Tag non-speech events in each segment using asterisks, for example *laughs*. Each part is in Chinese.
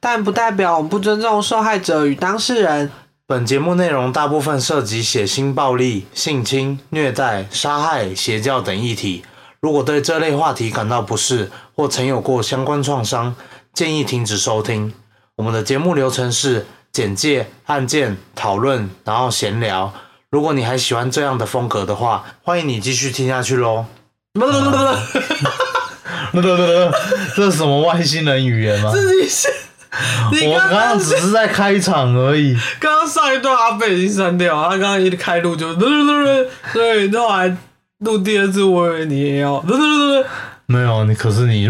但不代表我们不尊重受害者与当事人。本节目内容大部分涉及血腥暴力、性侵、虐待、杀害、邪教等议题。如果对这类话题感到不适，或曾有过相关创伤，建议停止收听。我们的节目流程是简介、案件讨论，然后闲聊。如果你还喜欢这样的风格的话，欢迎你继续听下去喽。不不不不不， *laughs* 这是什么外星人语言吗？自己是，啊你我刚刚刚刚 *laughs* 只是在开场而已。刚刚上一段阿贝已经删掉，他刚刚一开录就， *laughs* 所以后来录第二次，我以为你也要， *laughs* 没有你，可是你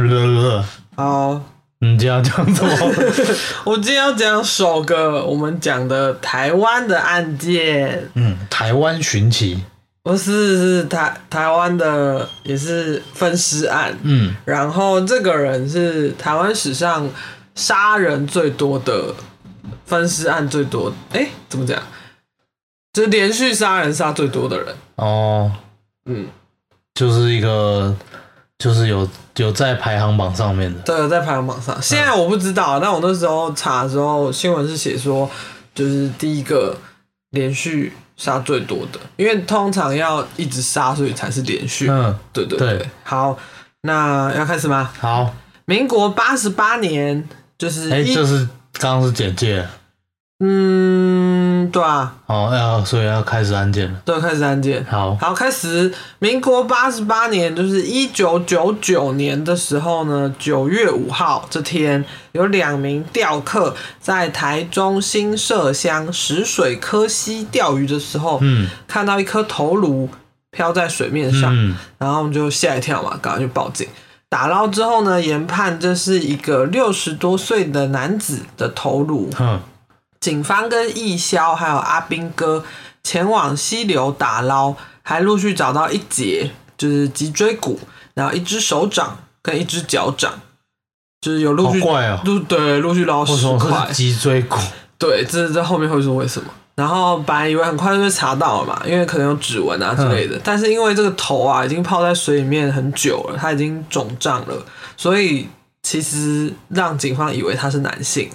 好，你这样讲怎么？我今天要讲首个我们讲的台湾的案件， *laughs* 嗯，台湾寻奇，不是是台台湾的也是分尸案，嗯，然后这个人是台湾史上杀人最多的分尸案最多，哎，怎么讲？就是连续杀人杀最多的人，哦，嗯，就是一个，就是有有在排行榜上面的，对，在排行榜上。现在我不知道，但我那时候查的时候，新闻是写说，就是第一个连续杀最多的，因为通常要一直杀，所以才是连续。嗯，对对对。对好，那要开始吗？好，民国八十八年，就是哎、一、这是刚刚是简介，嗯，对啊，哦，要、所以要开始案件了，对，开始案件。好，好，开始。民国八十八年，就是一九九九年的时候呢，九月五号这天，有两名钓客在台中新社乡石水科溪钓鱼的时候，嗯看到一颗头颅飘在水面上，嗯，然后我们就吓一跳嘛，赶快去报警。打捞之后呢，研判这是一个六十多岁的男子的头颅。哼，警方跟义消还有阿兵哥前往溪流打捞，还陆续找到一节就是脊椎骨，然后一只手掌跟一只脚掌，就是有陆续好怪哦陆对陆续捞为十什么块是，脊椎骨？对，这这后面会是为什么？然后本来以为很快就会查到了嘛，因为可能有指纹啊嗯之类的，但是因为这个头啊已经泡在水里面很久了，它已经肿胀了，所以其实让警方以为他是男性，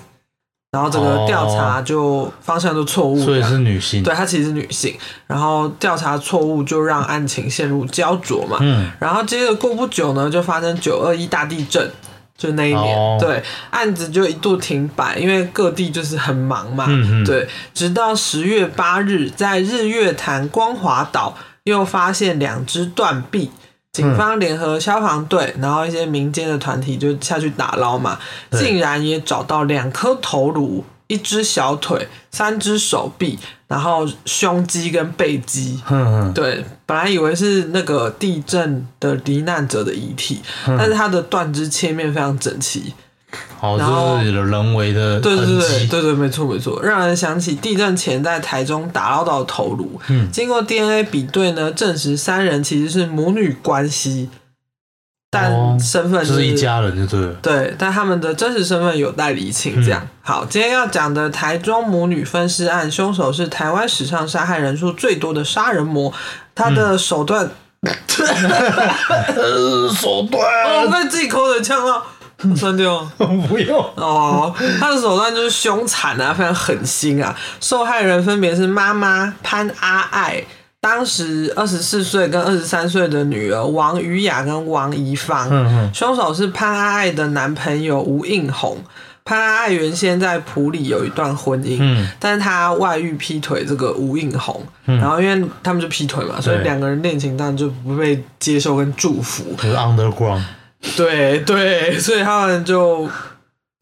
然后整个调查就方向就错误哦所以了。是女性，对，她其实是女性，然后调查错误就让案情陷入焦灼嘛。嗯，然后接着过不久呢，就发生九二一大地震，就那一年，哦对，案子就一度停摆，因为各地就是很忙嘛，嗯嗯对，直到十月八日，在日月潭光华岛又发现两只断臂。嗯警方联合消防队，然后一些民间的团体就下去打捞嘛，对竟然也找到两颗头颅、一只小腿、三只手臂，然后胸肌跟背肌，哼哼，对，本来以为是那个地震的罹难者的遗体，嗯但是它的断肢切面非常整齐。然后哦，这是有人为的对对对痕对迹，对对，没错没错，让人想起地震前在台中打捞到的头颅。嗯经过 DNA 比对呢，证实三人其实是母女关系，哦但身份、就是一家人就对了，对，但他们的真实身份有待厘嗯清。这样、好，今天要讲的台中母女分尸案，凶手是台湾史上杀害人数最多的杀人魔，他的嗯手段、呃， *laughs* 手哦，我段，被自己口水呛到，酸掉。不用，哦，他的手段就是凶残啊，非常狠心啊。受害人分别是妈妈潘阿爱，当时二十四岁跟二十三岁的女儿王于雅跟王怡芳。嗯凶手是潘阿爱的男朋友吴应红。潘阿爱原先在普里有一段婚姻，嗯但是她外遇劈腿这个吴应红，嗯然后因为他们就劈腿嘛，所以对两个人恋情当然就不被接受跟祝福。哼，就是 underground，嗯对对，所以他们就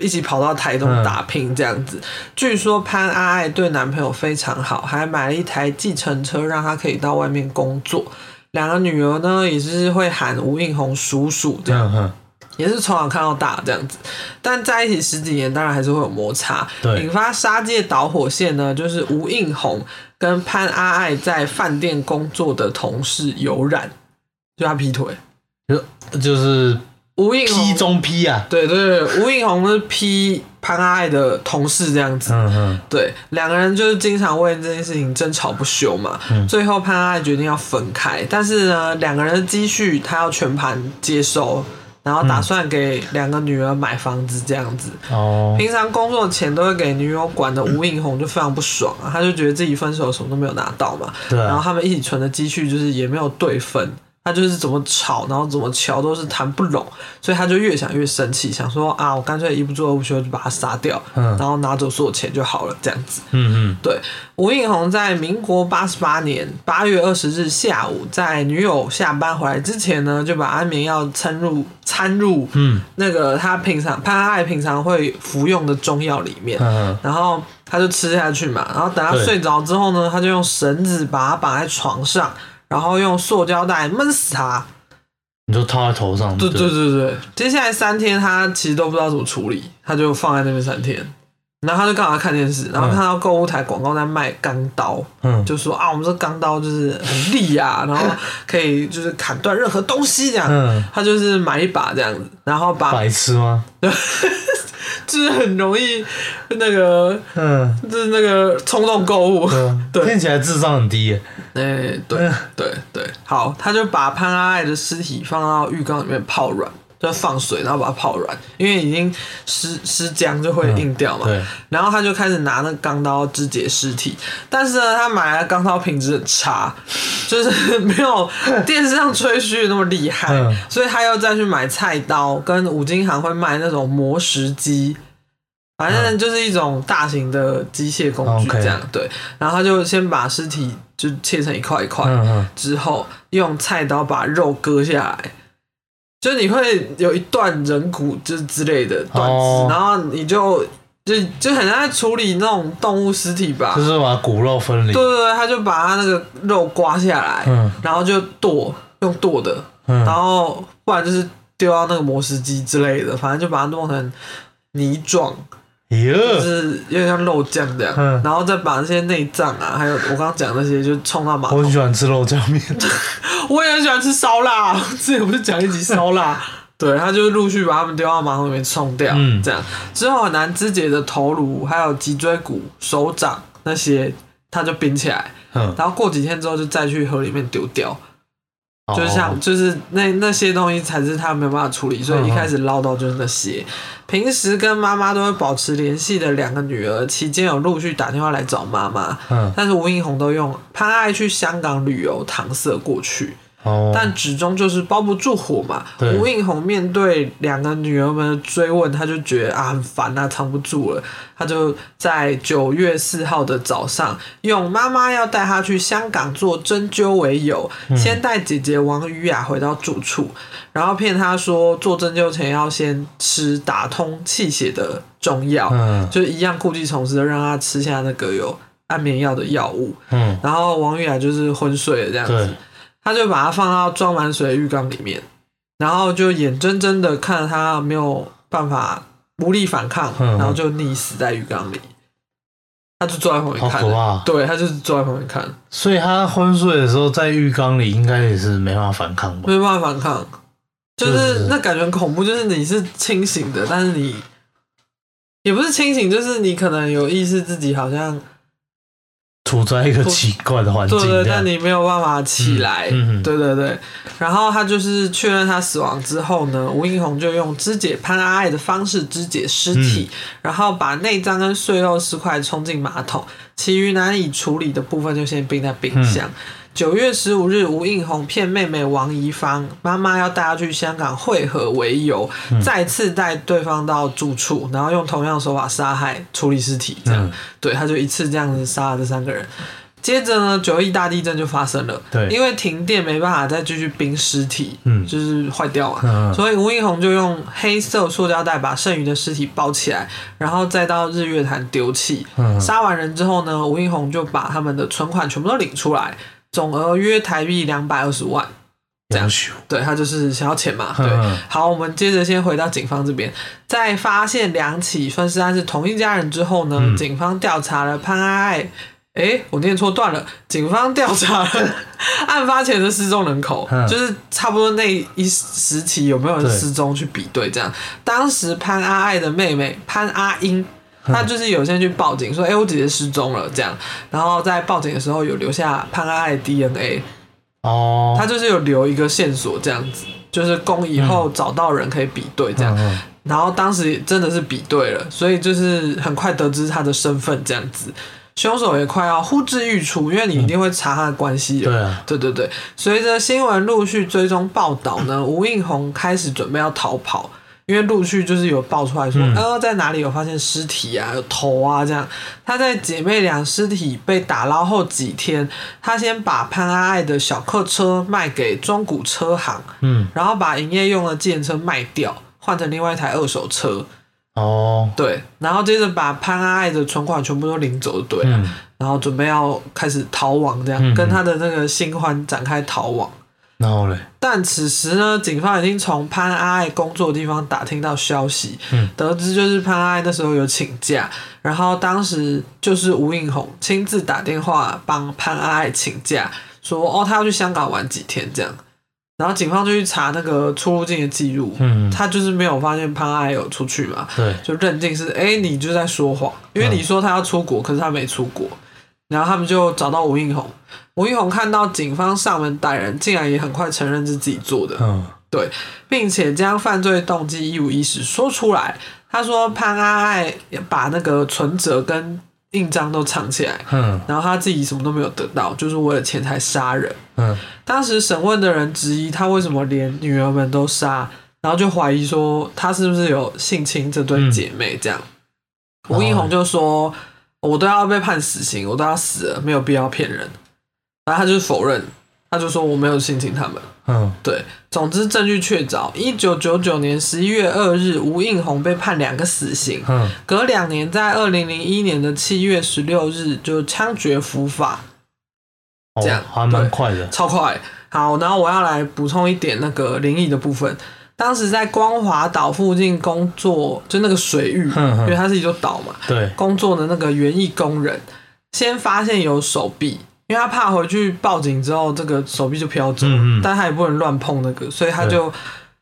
一起跑到台东打拼这样子。据说潘阿爱对男朋友非常好，还买了一台计程车让他可以到外面工作。两个女儿呢也是会喊吴映红叔叔这样。啊嗯哼，也是从小看到大这样子。但在一起十几年，当然还是会有摩擦。对引发杀戒导火线呢，就是吴映红跟潘阿爱在饭店工作的同事有染，就他劈腿。就就是吴映批红中批啊，对对，对吴映红是劈潘阿爱的同事这样子。嗯哼，对，两个人就是经常为这件事情争吵不休嘛。最后潘阿爱决定要分开，但是呢，两个人的积蓄他要全盘接收，然后打算给两个女儿买房子这样子。哦，平常工作前都会给女友管的吴映红就非常不爽啊，他就觉得自己分手什么都没有拿到嘛。嗯对然后啊，他们一起存的积蓄就是也没有对分，他就是怎么吵，然后怎么瞧都是谈不拢，所以他就越想越生气，想说啊，我干脆一不做二不休就把他杀掉，嗯然后拿走所有钱就好了，这样子。嗯嗯，对，吴映红在民国八十八年八月二十日下午，在女友下班回来之前呢，就把安眠药掺入掺入，嗯，那个他平常潘爱平常会服用的中药里面，嗯然后他就吃下去嘛，然后等他对睡着之后呢，他就用绳子把他绑在床上，然后用塑胶袋闷死他。你就套在头上，对对对，对对，接下来三天他其实都不知道怎么处理，他就放在那边三天。然后他就干嘛看电视，然后嗯看到购物台广告在卖钢刀，嗯，就说啊，我们这钢刀就是很利啊，然后可以就是砍断任何东西这样。嗯他就是买一把这样子，然后把啊白痴吗？就是很容易那个嗯，就是那个冲动购物。对啊，对听起来智商很低耶， *laughs* 哎、对对对，好，他就把潘阿爱的尸体放到浴缸里面泡软，就放水，然后把它泡软，因为已经湿湿僵就会硬掉嘛。对，然后他就开始拿那个钢刀肢解尸体，但是呢，他买来的钢刀品质很差，就是没有电视上吹嘘的那么厉害，嗯所以他又再去买菜刀，跟五金行会卖那种磨石机，反正就是一种大型的机械工具哦 OK 这样。对，然后他就先把尸体就切成一块一块，嗯嗯，之后用菜刀把肉割下来，就你会有一段人骨就是之类的断肢，哦然后你就就就很像在处理那种动物尸体吧。就是把骨肉分离对，对对，他就把他那个肉刮下来，嗯然后就剁，用剁的，然嗯，后不然就是丢到那个磨石机之类的，反正就把它弄成泥状，就哟，是有点像肉酱这样，嗯然后再把那些内脏啊，还有我刚刚讲那些，就冲到马我桶很喜欢吃肉酱 *laughs* 面，我也很喜欢吃烧腊， *laughs* 之前不是讲一集烧腊，对，他就陆续把他们丢到马桶里面冲掉，嗯这样之后很难肢解的头颅，还有脊椎骨、手掌那些，他就冰起来，嗯，然后过几天之后就再去河里面丢掉， *laughs* 就是像哦就是那那些东西才是他没有办法处理，所以一开始唠叨就是那些。嗯平时跟妈妈都会保持联系的两个女儿，期间有陆续打电话来找妈妈，嗯，但是吴映红都用潘爱去香港旅游搪塞过去。哦，但始终就是包不住火嘛。对吴映红面对两个女儿们的追问，他就觉得啊很烦啊，藏不住了。他就在九月四号的早上，用妈妈要带他去香港做针灸为由，嗯先带姐姐王雨雅回到住处，然后骗她说做针灸前要先吃打通气血的中药，嗯就一样故技重施的让她吃下那个有安眠药的药物。嗯，然后王玉雅就是昏睡了这样子对，他就把它放到装满水的浴缸里面，然后就眼睁睁的看着他没有办法无力反抗，嗯然后就溺死在浴缸里。他就坐在旁边好看可，怕。对他就是坐在旁边看，所以他昏睡的时候在浴缸里，应该也是没办法反抗吧？没办法反抗，就就是是那感觉很恐怖，就是你是清醒的，但是你也不是清醒，就是你可能有意识自己好像处在一个奇怪的环境对对，这样但。你没有办法起来。嗯嗯嗯对对对。然后他就是确认他死亡之后呢，吴映红就用肢解潘阿爱的方式肢解尸体，嗯然后把内脏跟碎肉尸块冲进马桶，其余难以处理的部分就先冰在冰嗯箱。九月十五日，吴映红骗妹妹王怡芳妈妈要带她去香港会合为由，嗯再次带对方到住处，然后用同样的手法杀害处理尸体，这样、嗯对，他就一次这样子杀了这三个人。接着呢，九一大地震就发生了，对因为停电没办法再继续冰尸体，嗯就是坏掉嘛，嗯嗯所以吴映红就用黑色塑胶袋把剩余的尸体包起来，然后再到日月潭丢弃。嗯杀完人之后呢，吴映红就把他们的存款全部都领出来，总额约台币两百二十万。这样要求对他就是想要钱嘛。对嗯，好，我们接着先回到警方这边，在发现两起分尸案是同一家人之后嗯呢，警方调查了潘爱。诶，我念错段了。警方调查 *laughs* 了案发前的失踪人口，嗯就是差不多那一时期有没有人对失踪去比对这样。当时潘阿爱的妹妹潘阿英，嗯她就是有先去报警说：“诶，我姐姐失踪了。”这样，然后在报警的时候有留下潘阿爱的 DNA，哦，他就是有留一个线索这样子，就是供以后找到人可以比对这样。嗯嗯然后当时真的是比对了，所以就是很快得知他的身份这样子。凶手也快要呼之欲出，因为你一定会查他的关系人。对啊对对对。随着新闻陆续追踪报道呢，吴映红开始准备要逃跑，因为陆续就是有爆出来说，呃，在哪里有发现尸体啊，有头啊这样。他在姐妹俩尸体被打捞后几天，他先把潘阿爱的小客车卖给中古车行，嗯，然后把营业用的计程车卖掉，换成另外一台二手车。哦，对，然后接着把潘阿爱的存款全部都领走，对了、嗯，然后准备要开始逃亡，这样、嗯嗯跟他的那个新欢展开逃亡。然后嘞，但此时呢，警方已经从潘阿爱工作的地方打听到消息，嗯得知就是潘阿爱那时候有请假，然后当时就是吴映红亲自打电话帮潘阿爱请假，说哦他要去香港玩几天这样，然后警方就去查那个出入境的记录，嗯，他就是没有发现潘阿爱有出去嘛，对，就认定是哎、诶你就在说谎，因为你说他要出国，可是他没出国，然后他们就找到吴映红，吴映红看到警方上门逮人，竟然也很快承认是自己做的，嗯，对，并且将犯罪动机一五一十说出来。他说潘阿爱把那个存折跟印章都藏起来，嗯，然后他自己什么都没有得到，就是为了钱才杀人。嗯，当时审问的人质疑他为什么连女儿们都杀，然后就怀疑说他是不是有性侵这对姐妹这样。吴映红就说：“我都要被判死刑，我都要死了，没有必要骗人。”然后他就否认，他就说我没有性侵他们。嗯，对，总之证据确凿。一九九九年十一月二日，吴映红被判两个死刑，嗯，隔两年，在二零零一年的七月十六日就枪决伏法。哦这样还蛮快的，超快。好，然后我要来补充一点那个灵异的部分。当时在光华岛附近工作，就那个水域，哼哼因为它是一座岛嘛，对，工作的那个园艺工人，先发现有手臂，因为他怕回去报警之后这个手臂就飘走，嗯嗯但他也不能乱碰那个，所以他对就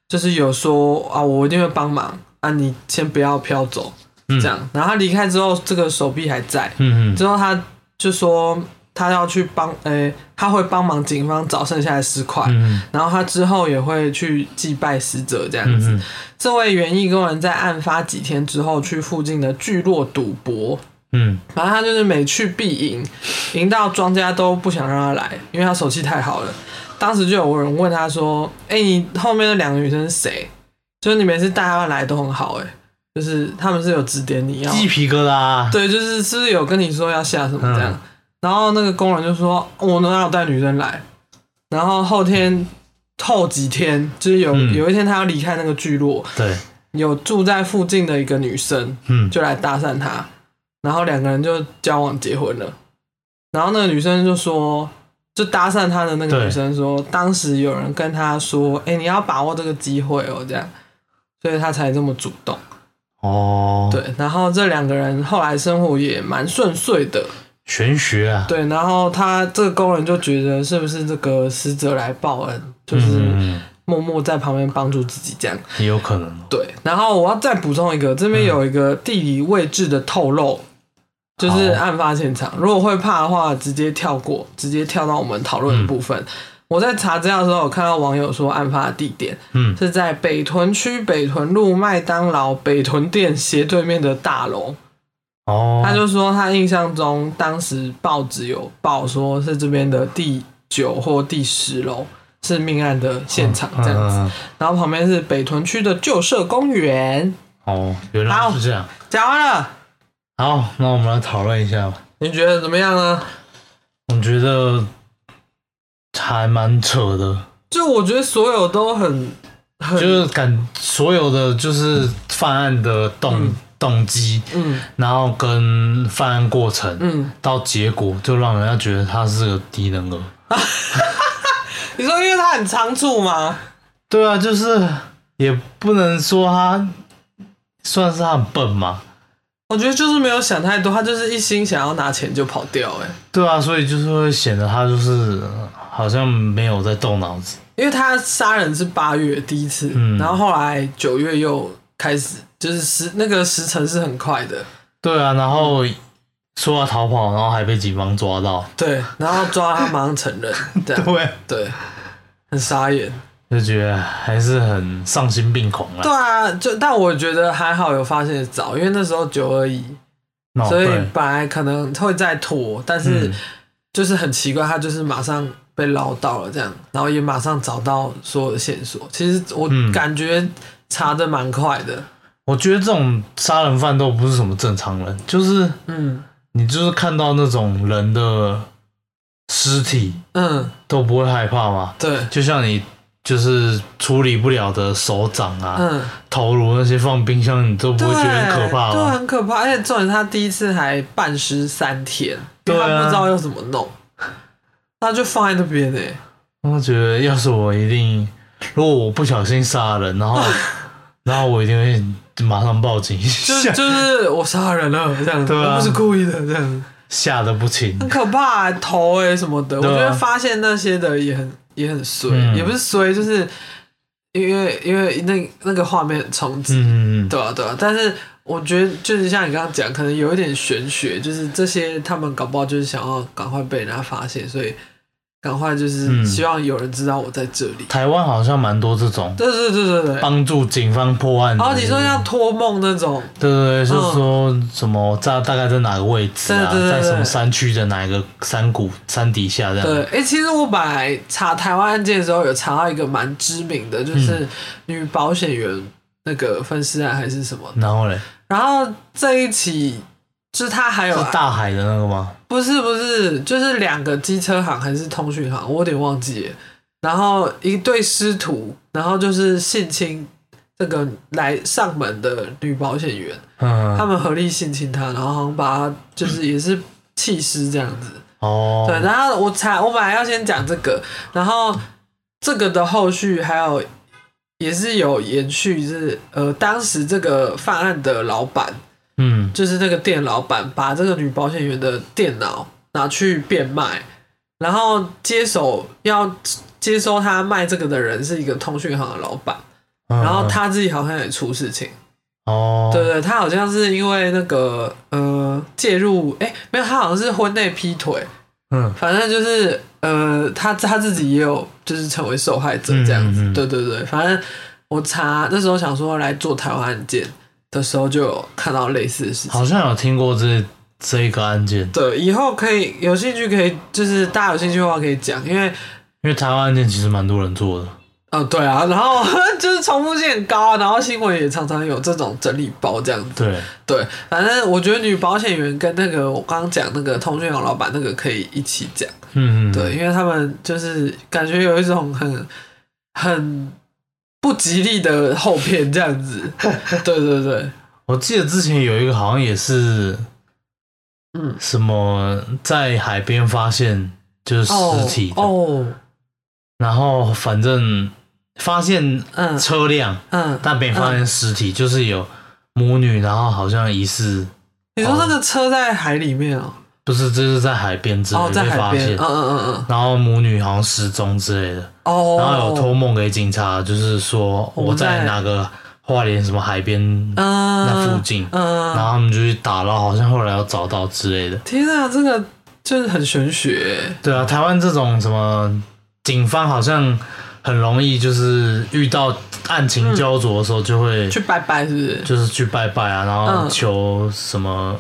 就是有说啊，我一定会帮忙啊，你先不要飘走，嗯这样。然后他离开之后，这个手臂还在，嗯嗯，之后他就说他要去帮，诶、他会帮忙警方找剩下的尸块，嗯然后他之后也会去祭拜死者这样嗯子。嗯这位园艺工人在案发几天之后去附近的聚落赌博，嗯，反正他就是每去必赢，赢到庄家都不想让他来，因为他手气太好了。当时就有人问他说：“哎、你后面的两个女生是谁？就是你每次带她们来都很好、诶，就是他们是有指点你要鸡皮疙瘩， *laughs* 啊对，就是是不是有跟你说要下什么这样？嗯然后那个工人就说：“我哪有带女生来？”然后后天后几天，就是有、嗯有一天他要离开那个聚落，对，有住在附近的一个女生嗯，就来搭讪他，然后两个人就交往结婚了。然后那个女生就说，就搭讪他的那个对女生说，当时有人跟他说：“哎、你要把握这个机会哦。”这样，所以他才这么主动。哦，，对，然后这两个人后来生活也蛮顺遂的，玄学啊， *laughs* 对。然后他这个工人就觉得是不是这个死者来报恩，就是嗯，嗯默默在旁边帮助自己这样。嗯也有可能哦，对，然后我要再补充一个，这边有一个地理位置的透露，就是好案发现场。如果会怕的话，直接跳过，直接跳到我们讨论的部分。我在查资料的时候，有看到网友说案发地点嗯，是在北屯区北屯路麦当劳北屯店斜对面的大楼。哦，他就说他印象中当时报纸有报说是这边的第九或第十楼是命案的现场这样子，嗯，嗯嗯然后旁边是北屯区的旧社公园。哦，原来是这样。讲完了，好，那我们来讨论一下吧。你觉得怎么样呢？我觉得还蛮扯的，就我觉得所有都很很就是感所有的就是犯案的动、动机，嗯然后跟犯案过程、嗯，到结果，就让人家觉得他是个低能儿。你说因为他很仓促吗？对啊，就是也不能说他算是他很笨嘛，我觉得就是没有想太多，他就是一心想要拿钱就跑掉、欸，哎，对啊，所以就是会显得他就是呃好像没有在动脑子。因为他杀人是八月第一次，嗯然后后来九月又开始，就是时那个时辰是很快的，对啊，然后说要逃跑，然后还被警方抓到，对，然后抓他马上承 *laughs* 认，这样对，对，很傻眼。就觉得还是很丧心病狂对啊。啊，就但我觉得还好有发现的早，因为那时候九二一，哦所以对本来可能会再拖，但是嗯就是很奇怪，他就是马上被捞到了这样，然后也马上找到所有的线索。其实我嗯感觉查的蛮快的，我觉得这种杀人犯都不是什么正常人，就是嗯你就是看到那种人的尸体嗯，都不会害怕吗？对，就像你就是处理不了的手掌啊、嗯，头颅那些放冰箱，你都不对，会觉得很可怕哦对，吗？很可怕。而且重点是他第一次还半尸三天，因对为啊他不知道要怎么弄，那就放在那边欸呢、我觉得要是我一定，如果我不小心杀人， *laughs* 然后然后我一定会马上报警，就是吓就是我杀人了这样，对啊我不是故意的这样，吓得不轻。很可怕、头哎、什么的，我对啊觉得发现那些的也很也很衰，嗯也不是衰，就是因为因为那那个画面很冲击，嗯，对啊对啊，但是。我觉得就是像你刚刚讲，可能有一点玄学，就是这些他们搞不好就是想要赶快被人家发现，所以赶快就是嗯希望有人知道我在这里。台湾好像蛮多这种对对对对对。帮助警方破案的。然后你说像托梦那种，对对对，就是说什么在大概在哪个位置啊，嗯对对对对在什么山区的哪一个山谷山底下这样。对，哎、其实我本来查台湾案件的时候，有查到一个蛮知名的，嗯就是女保险员那个分尸案还是什么的。然后嘞，然后这一起就是他还有啊是大海的那个吗？不是不是，就是两个机车行还是通讯行，我有点忘记了。然后一对师徒，然后就是性侵这个来上门的女保险员，嗯，他们合力性侵她，然后好像把她就是也是弃尸这样子。哦，对，然后我才我本来要先讲这个，然后这个的后续还有也是有延续，就是呃，当时这个犯案的老板，嗯，就是那个店老板，把这个女保险员的电脑拿去变卖，然后接手要接收他卖这个的人是一个通讯行的老板，嗯然后他自己好像也出事情。哦，对对，他好像是因为那个呃介入，哎，没有，他好像是婚内劈腿，嗯，反正就是呃，他他自己也有就是成为受害者这样子，嗯嗯嗯对对对，反正我查那时候想说来做台湾案件的时候就有看到类似的事情。好像有听过这这一个案件，对，以后可以有兴趣可以，就是大家有兴趣的话可以讲，因为因为台湾案件其实蛮多人做的。哦对啊，然后就是重复性很高啊，然后新闻也常常有这种整理包这样子。对，对，反正我觉得女保险员跟那个我刚刚讲那个通讯行老板那个可以一起讲，嗯嗯，对，因为他们就是感觉有一种很很不吉利的后片这样子，对对对，我记得之前有一个好像也是，嗯，什么在海边发现就是尸体的，哦，然后反正发现嗯车辆，嗯，但没发现尸体，就是有母女，然后好像疑似你说那个车在海里面哦，不是，就是在海边之类哦，在被海发边，现嗯，嗯嗯嗯，然后母女好像失踪之类的，哦，然后有托梦给警察，就是说我们我在在哪个花莲什么海边嗯，那附近，然嗯，后他们就去打捞，好像后来有找到之类的。天啊，这个就是很玄学，对啊，台湾这种什么警方好像很容易就是遇到案情嗯焦灼的时候，就会去拜拜是不是？就是去拜拜啊，然后嗯求什么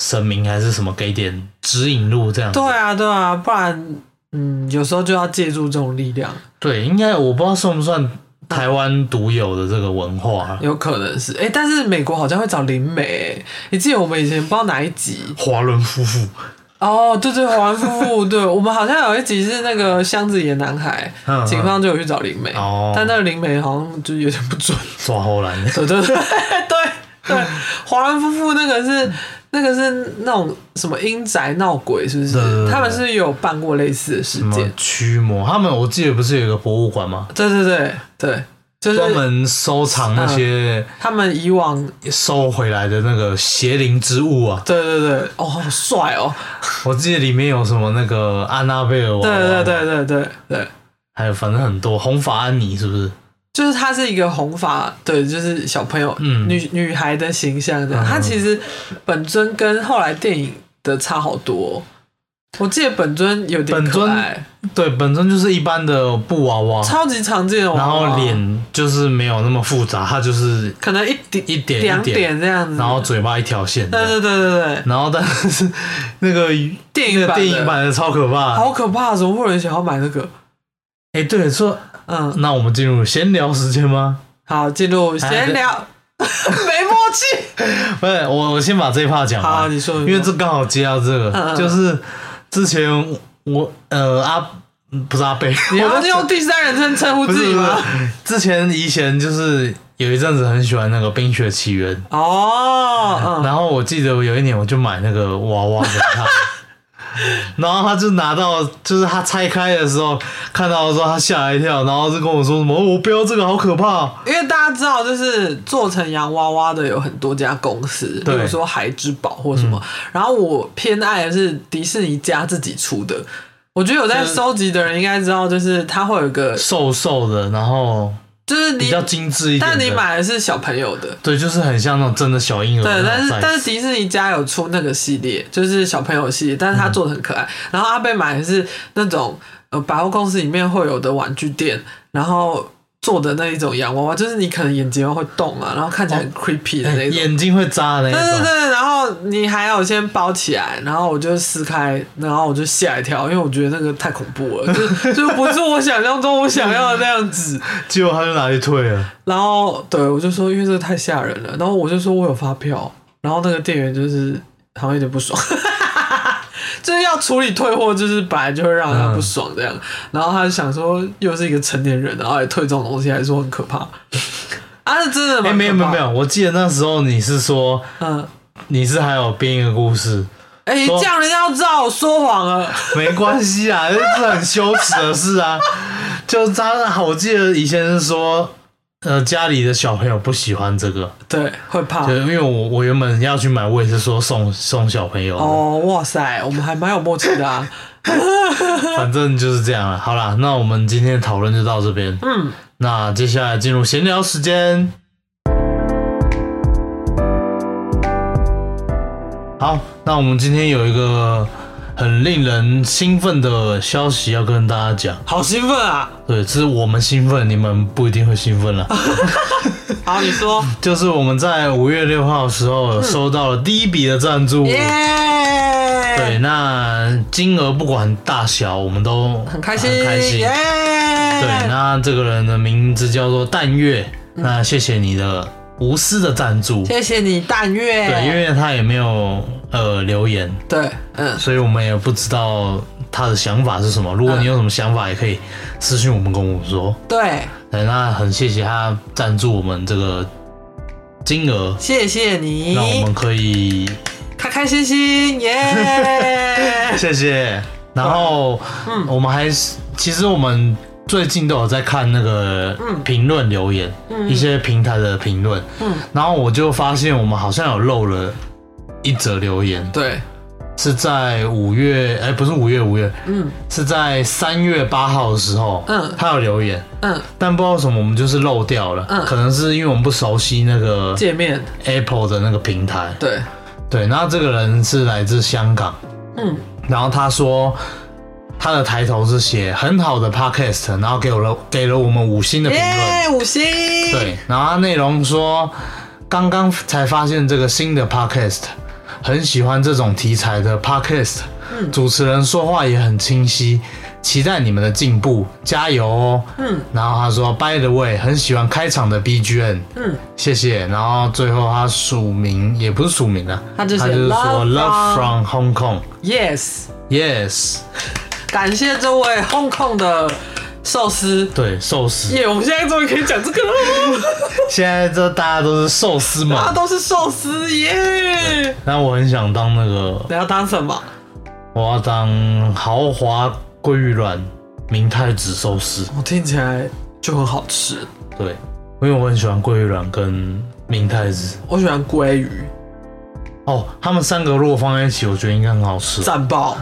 神明还是什么给点指引路这样子。对啊，对啊，不然嗯，有时候就要借助这种力量，对，应该我不知道算不算台湾独有的这个文化啊，有可能是哎、诶但是美国好像会找灵媒、诶你记得我们以前不知道哪一集华伦夫妇。哦？对对，华文夫 *laughs* 妇，对我们好像有一集是那个箱子里的男孩，嗯警方就有去找灵媒，哦但那个灵媒好像就有点不准， *laughs* 抓后来，对对对对对，华文夫妇那个是那个是那种什么阴宅闹鬼，是不是对对？对他们是不是有办过类似的事什么件。驱魔？他们我记得不是有一个博物馆吗？对对对对，就专是门收藏那些他们以往，收回来的那个邪灵之物啊。对对对，哦，好帅哦，我记得里面有什么那个安娜贝尔娃对娃，对，对对对对，还有反正很多红发安妮是不是？就是她是一个红发，对，就是小朋友，嗯女女孩的形象的。她其实本尊跟后来电影的差好多哦、我记得本尊有点本可尊哦爱，对，本身就是一般的布娃娃，超级常见的娃然娃，后脸就是没有那么复杂，它就是可能一点一点两一点，点这样子，然后嘴巴一条线这对样。对对对对，然后但是那个那电影个版的电影版的超可怕。好可怕，怎么会有人想要买那个？哎，对，说嗯，那我们进入闲聊时间吗？好，进入 *laughs* 闲聊，没默契。不是，我我先把这一趴讲好，啊完，你说，因为这刚好接到这个嗯，嗯就是之前我呃阿不是阿贝，你我要都用第三人称称呼不自己是不吗是？，之前以前就是有一阵子很喜欢那个《冰雪奇缘》，哦， *laughs* 然后我记得我有一年我就买那个娃娃给他， *laughs* 然后他就拿到，就是他拆开的时候看到的时候，他吓了一跳，然后就跟我说什么：“哦我不要这个，好可怕哦、嗯，因为大家知道，就是做成洋娃娃的有很多家公司，比对嗯如说孩之宝或什么。然后我偏爱的是迪士尼家自己出的。我觉得有在就是收集的人应该知道，就是它会有一个，瘦瘦的，然后就是比你，较精致一点的。但你买的是小朋友的，对，就是很像那种真的小婴儿对，但那种 size。是但是迪士尼家有出那个系列，就是小朋友系列，但是它做的很可爱。然后阿贝买的是那种呃百货公司里面会有的玩具店，然后做的那一种洋娃娃，就是你可能眼睫毛会动啊，然后看起来很 creepy 的那哎种。眼睛会扎的那对一对种。对，然后你还有先包起来，然后我就撕开，然后我就吓一跳，因为我觉得那个太恐怖了，就就不是我想象中我想要的那样子。结果他就拿去退了，然后对我就说，因为这个太吓人了。然后我就说我有发票，然后那个店员就是好像有点不爽， *laughs* 就是要处理退货，就是本来就会让人家不爽这样。然后他就想说，又是一个成年人，然后还退这种东西，还说很可怕。 *laughs* 啊，是真的哎、蛮没有可没怕有没有，我记得那时候你是说嗯，你是还有编一个故事，哎、说这样人家要知道我说谎了。 *laughs* 没关系啊，这是很羞耻的事啊。就他，我记得以前是说，呃，家里的小朋友不喜欢这个，对，会怕就。因为我我原本要去买，我也是说送送小朋友的，哦，哇塞，我们还蛮有默契 *laughs* 的啊。反正就是这样了。好啦，那我们今天讨论就到这边，嗯，那接下来进入闲聊时间。好，那我们今天有一个很令人兴奋的消息要跟大家讲。好兴奋啊！对，这是我们兴奋，你们不一定会兴奋了。好，你说，就是我们在五月六号的时候有收到了第一笔的赞助，嗯耶、对，那金额不管大小，我们都很开心，很开心耶、。对，那这个人的名字叫做淡月，那谢谢你的无私的赞助。嗯谢谢你，但月。对，因为他也没有呃留言，对，嗯，所以我们也不知道他的想法是什么。如果你有什么想法，也可以私信我们跟我们说。对，对，哎那很谢谢他赞助我们这个金额，谢谢让我你们，可以开开心心，耶、谢谢。然后，嗯，我们还是其实我们最近都有在看那个评论留言，嗯一些平台的评论，嗯，然后我就发现我们好像有漏了一则留言， *laughs* 对，是在五月，哎，不是五月，五月，嗯是在三月八号的时候，嗯他有留言，嗯，但不知道为什么我们就是漏掉了，嗯可能是因为我们不熟悉那个界面， Apple 的那个平台，对，对，然后这个人是来自香港，嗯，然后他说他的抬头是写很好的 podcast，然后给我了给了我们五星的评耶、论。五星，对，然后他内容说刚刚才发现这个新的 podcast，很喜欢这种题材的 podcast，、主嗯持人说话也很清晰。期待你们的进步，加油哦！嗯，然后他说，By the way，很喜欢开场的 BGM，嗯，谢谢。然后最后他署名也不是署名啊，他就写是说 Love Love from Hong ，yes， Kong，Yes，感谢这位 Hong Kong 的寿司。对，寿司。耶！我们现在终于可以讲这个了， *laughs* 现在这大家都是寿司大家嘛，都是寿司耶！然后我很想当那个，你要当什么？我要当豪华鲑鱼卵明太子寿司。我听起来就很好吃。对，因为我很喜欢鲑鱼卵跟明太子。我喜欢鲑鱼，哦，他们三个如果放在一起，我觉得应该很好吃。战 *laughs* 爆、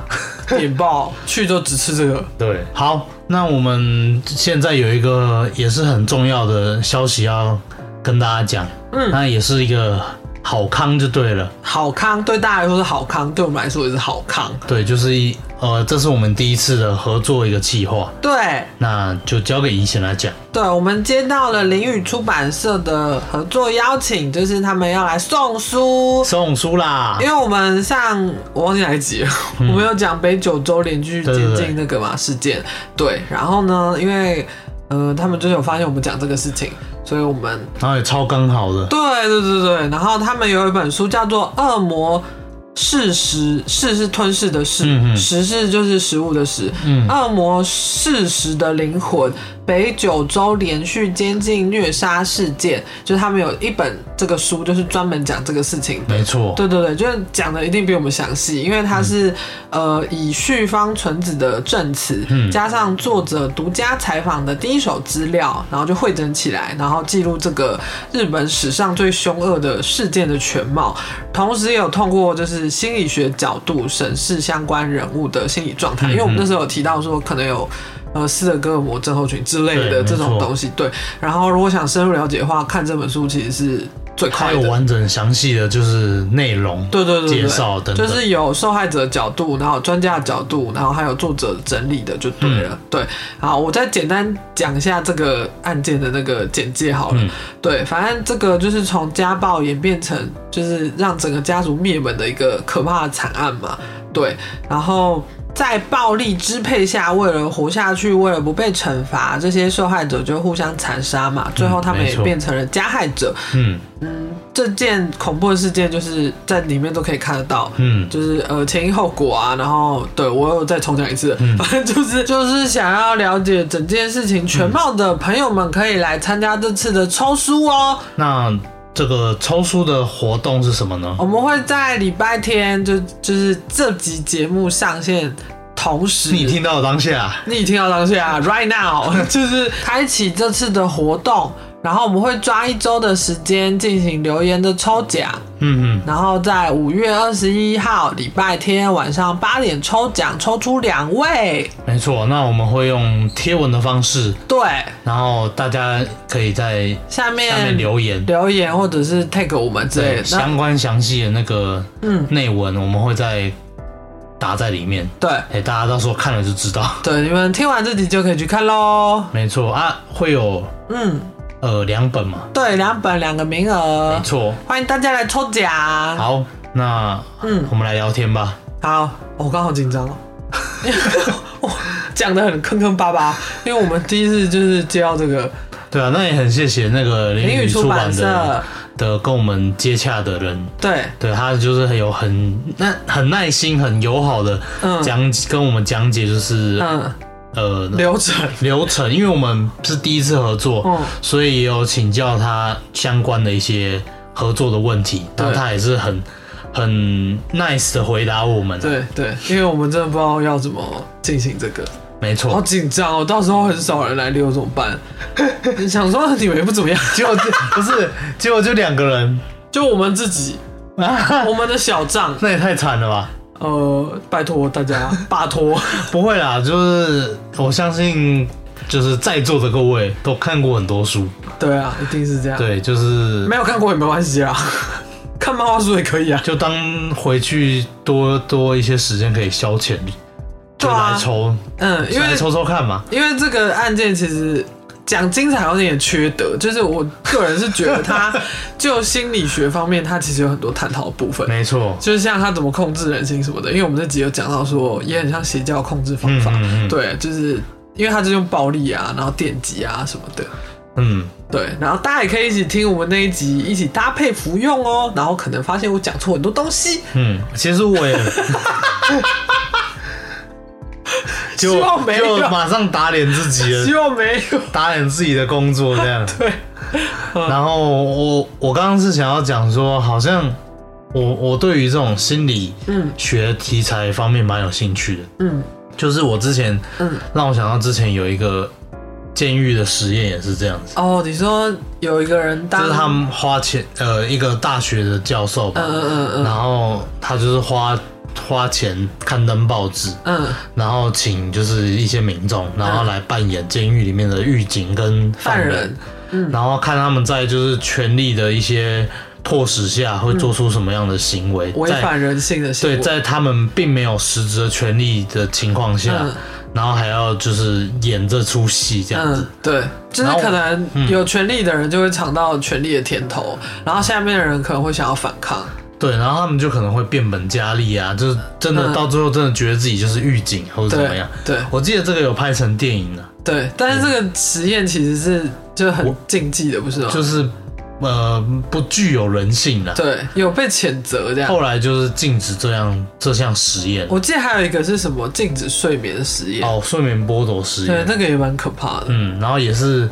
点爆，去就只吃这个。对，好，那我们现在有一个也是很重要的消息要跟大家讲，嗯那也是一个好康就对了，好康对大家来说是好康，对我们来说也是好康。对，就是一呃，这是我们第一次的合作一个计划，对那就交给怡贤来讲。对，我们接到了林语出版社的合作邀请，就是他们要来送书。送书啦因，为我们上我忘记哪一集 *laughs* 了，我们有讲北九州连续对监对禁那个嘛事件，对，然后呢，因为呃他们就是有发现我们讲这个事情，所以我们然后也超刚好的，对对对对，然后他们有一本书叫做《恶魔噬食》，噬是吞噬的噬，嗯嗯食是就是食物的食，嗯恶魔噬食的灵魂》北九州连续监禁虐杀事件，就是他们有一本这个书，就是专门讲这个事情的。没错，对对对，就是讲的一定比我们详细，因为它是、呃以旭方纯子的证词，嗯加上作者独家采访的第一手资料，然后就汇整起来，然后记录这个日本史上最凶恶的事件的全貌，同时也有通过就是心理学角度审视相关人物的心理状嗯态，因为我们那时候有提到说可能有。呃，斯德哥尔摩症候群之类的对这种没错东西，对。然后，如果想深入了解的话，看这本书其实是最还快有的。完整详细的就是内容，对对对对介绍等等就是有受害者角度，然后专家的角度，然后还有作者整理的就对嗯了。对，好，我再简单讲一下这个案件的那个简介好了。嗯对，反正这个就是从家暴演变成就是让整个家族灭门的一个可怕的惨案嘛。对，然后。在暴力支配下，为了活下去，为了不被惩罚，这些受害者就互相残杀嘛。最后他嗯们没也错变成了加害者。嗯这件恐怖的事件就是在里面都可以看得到，嗯，就是呃前因后果啊，然后对我有再重讲一次，嗯 *laughs* 反正就是就是想要了解整件事情全貌的朋友们可以来参加这次的抽书哦。那这个抽书的活动是什么呢？我们会在礼拜天就就是这集节目上线同时，你听到的当下，你听到当下，right *laughs* 啊 now，就是开启这次的活动，然后我们会抓一周的时间进行留言的抽奖。嗯嗯，然后在五月二十一号礼拜天晚上八点抽奖，抽出两位。没错，那我们会用贴文的方式，对，然后大家可以在下面下面留言，留言或者是 tag 我们之类的。那相关详细的那个嗯，内文，我们会再打在里面，对哎，大家到时候看了就知道。 *laughs* 对，你们听完这集就可以去看喽。没错啊，会有嗯，啊呃两本嘛，对，两本两个名没额，错。欢迎大家来抽奖。好，那嗯我们来聊天吧。好，我刚好紧张哦。我讲的很坑坑巴巴，因为我们第一次就是接到这个对啊，那也很谢谢那个林林语语出出版版的社，的跟我们接洽的人，对，对他就是很有很那很耐心、很友好的嗯讲跟我们讲解，就是嗯，呃流程，流程，因为我们是第一次合作，嗯，所以也有请教他相关的一些合作的问题，对然后他也是很很 nice 的回答我们。，啊对对，因为我们真的不知道要怎么进行这个，没好错。紧张哦，到时候很少人来溜怎么 *laughs* 办？你想说你们也不怎么样，结果就不是，结果就两个 *laughs* 人，就我们自己，我们的小账，那也太惨了吧？呃，拜托大家，拜托，不会啦，就是我相信，就是在座的各位都看过很多书，对啊，一定是这样，对，就是没有看过也没关系啊，看漫画书也可以啊，就当回去多多一些时间可以消遣，就对啊来抽，嗯，因为来抽抽看嘛。因为这个案件其实讲精彩好像也缺德，就是我个人是觉 *laughs* 得他就心理学方面，他其实有很多探讨的部分。没错，就是像他怎么控制人心什么的，因为我们这集有讲到说，也很像邪教控制方法，嗯嗯嗯对，就是因为他就用暴力啊，然后电击啊什么的，嗯，对，然后大家也可以一起听我们那一集，一起搭配服用哦，然后可能发现我讲错嗯很多东西，嗯，其实我也，就 *laughs* 希望没有就马上打脸自己了希，望没有。打脸自己的工作这样。对，然后我我刚刚是想要讲说，好像我我对于这种心理嗯学题材方面蛮有兴趣的，嗯就是我之前嗯。让我想到之前有一个监狱的实验也是这样子，哦，你说有一个人就当，是他们花钱呃一个大学的教授吧，嗯嗯嗯然后他就是花花钱刊登报纸，嗯然后请就是一些民众，然后来扮演监狱里面的狱警跟犯犯人，人嗯然后看他们在就是权力的一些迫使下会做出什么样的行为，嗯违在反人性的行为。对，在他们并没有实质的权利的情况下，嗯然后还要就是演这出戏这样子。嗯，对，就是然后嗯可能有权利的人就会尝到权力的甜头，然后下面的人可能会想要反抗。对，然后他们就可能会变本加厉啊，就是真的嗯到最后真的觉得自己就是狱警或者怎么对样。对我记得这个有拍成电影呢、啊对，但是这个实验其实是就很我禁忌的，不是吗？就是呃不具有人性啊的。对，有被谴责这样。 *laughs* 后来就是禁止这样这项实验我记得还有一个是什么禁止睡眠实验，哦，睡眠剥夺实对，验。那个也蛮可怕的。嗯，然后也是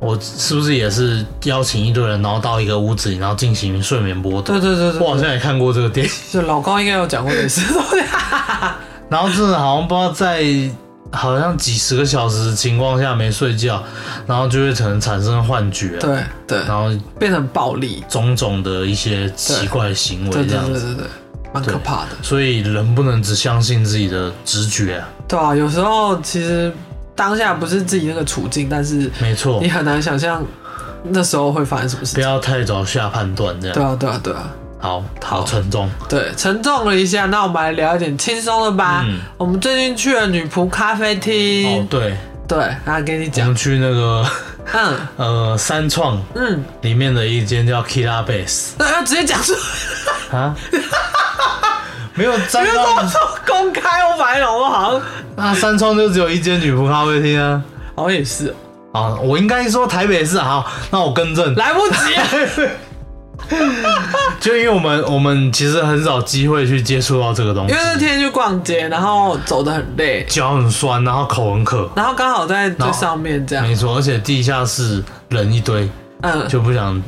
我是不是也是邀请一堆人，然后到一个屋子里，然后进行睡眠剥夺对。对对对我好对，像也看过这个电影， *laughs* 就老高应该有讲过类似的东西。啊然后真的好像不知道在好像几十个小时的情况下没睡觉，然后就会可能产生幻觉啊，对对，然后变成暴力，种种的一些奇怪行对为这对样对子。对对，蛮可怕的。所以人不能只相信自己的直觉啊，对啊，有时候其实当下不是自己那个处境，但是没错你，很难想象那时候会发生什么事不情。要太早下判断这对样。啊，对啊，对啊，好，好好哦沉重。对，沉重了一下，那我们来聊一点轻松的吧。嗯我们最近去了女仆咖啡厅，哦，对，对，然后给你我讲们，去那个 *laughs* 嗯呃三创嗯，里面的一间叫 Kira Base 那要直接讲出，啊，没有不三要跟我创，说公开，我反正我好像那三创就只有一间女仆咖啡厅啊。好像也是，啊，我应该说台北市好，那我更正，来不及了。就因为我们我们其实很少机会去接触到这个东西 *laughs* 因为，那天去逛街，然后走得很累，脚很酸，然后口很渴，然后刚好在最上面这样，没错，而且地下室人一堆，嗯，就不想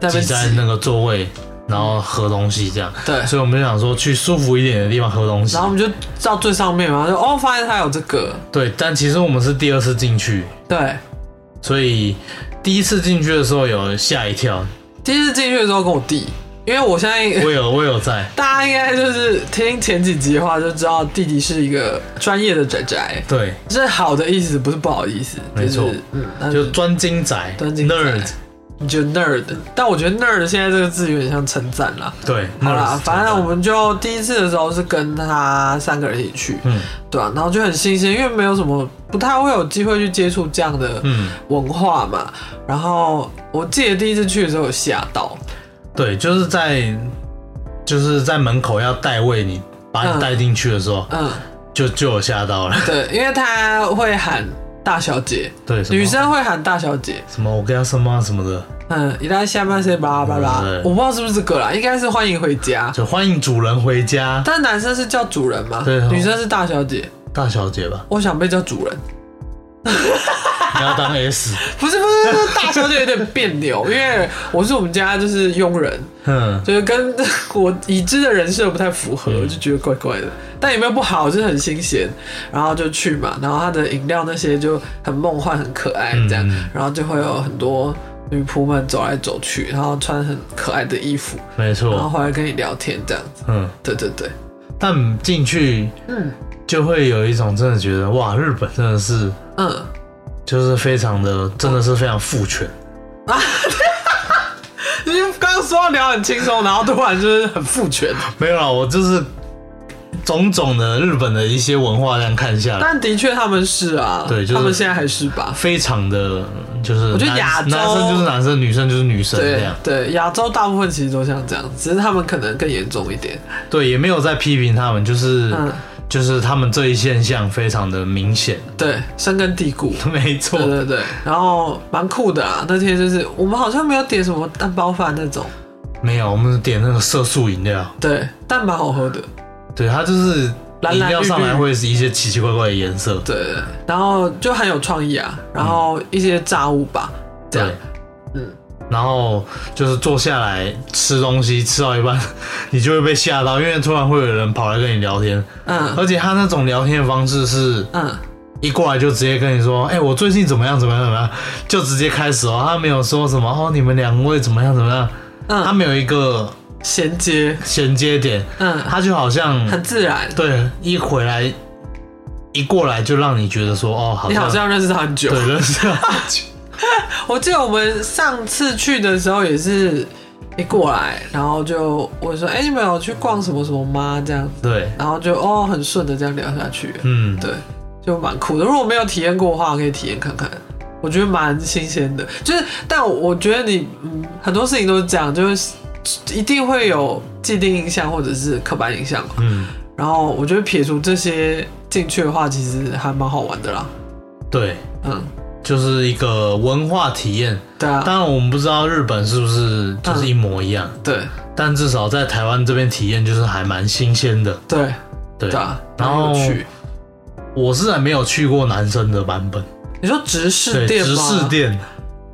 在那挤边在挤那个座位，然后喝东西这样，对所以我们就想说去舒服一点的地方喝东西然。后我们就到最上面嘛，就哦，发现它有这个，对，但其实我们是第二次进去，对，所以第一次进去的时候有吓一跳，第一次进去的时候跟我弟，因为我现在，我有我有在大家应该就是听前几集的话就知道，弟弟是一个专业的宅宅，对，这是好的意思，不是不好意思，没错就是、嗯，那就就专精宅专精宅 nerd，你觉得 nerd，但我觉得 nerd 现在这个字有点像称赞啦。对，好啦 nerd，，反正我们就第一次的时候是跟他三个人一起去，嗯对啊，然后就很新鲜，因为没有什么不太会有机会去接触这样的嗯，文化嘛。然后我记得第一次去的时候有吓到，对，就是在就是在门口要带位你。把嗯你带进去的时候，嗯，就就有吓到了。 *laughs* 对，因为他会喊大小姐，对，什么女生会喊大小姐，什么我跟他什么什么的，嗯，一旦下半身巴拉巴拉嗯对，我不知道是不是这个啦，应该是欢迎回家。就欢迎主人回家，但男生是叫主人嘛，对哦女生是大小姐，大小姐吧， *laughs* 我想被叫主人，你要当 S，不是不是，不是大小姐有点别扭，因为我是我们家就是佣人，嗯，就是跟 *laughs* 我已知的人设不太符合，我就觉得怪怪的。但也没有不好，就是很新鲜，然后就去嘛。然后它的饮料那些就很梦幻、很可爱这样，嗯然后就会有很多女仆们走来走去，然后穿很可爱的衣服，没然后错，回来跟你聊天这样子。嗯，对对对，但进去嗯就会有一种真的觉得哇，日本真的是嗯，就是非常的，真的是非常父权，因为刚刚说要聊很轻松，然后突然就是很父权，没有啦，我就是种种的日本的一些文化这样看下来，但的确他们是啊，对就是他们现在还是吧。非常的就是我觉得男亚洲男生就是男生，女生就是女生这对样，对，亚洲大部分其实都像这样，只是他们可能更严重一点。对，也没有在批评他们，就是嗯就是他们这一现象非常的明显， *laughs* 对，深根蒂固。没错对，对对，然后蛮酷的啊！那天就是我们好像没有点什么蛋包饭那种，没有，我们点那个色素饮料。对，但蛮好喝的。对，它就是蓝饮蓝绿料绿，上来会是一些奇奇怪怪的颜色。对，对对然后就很有创意啊，然后一些炸物吧，这样对，嗯，然后就是坐下来吃东西，吃到一半 *laughs* 你就会被吓到，因为突然会有人跑来跟你聊天，嗯而且他那种聊天的方式是嗯，一过来就直接跟你说，哎、我最近怎么样怎么样怎么样，就直接开始哦，他没有说什么哦，你们两位怎么样怎么样，嗯他没有一个衔接，衔接点，嗯，他就好像很自然，对一回来一过来就让你觉得说哦，好你像好像认识他很久。对认识 *laughs* 了，我记得我们上次去的时候也是一过来，然后就我说：“哎、你们有去逛什么什么吗？”这样，对，然后就哦，很顺的这样聊下去，嗯，对，就蛮酷的。如果没有体验过的话，可以体验看看，我觉得蛮新鲜的。就是，但我我觉得你嗯，很多事情都是这样，就是一定会有既定印象或者是刻板印象嘛。嗯。然后我觉得撇除这些进去的话，其实还蛮好玩的啦。对，嗯，就是一个文化体验。对啊，嗯当然，我们不知道日本是不是就是一模一样，对但至少在台湾这边体验就是还蛮新鲜的。对对对，啊，然后蛮有趣。我是还没有去过男生的版本，你说直视对，嗯店直吗？视店。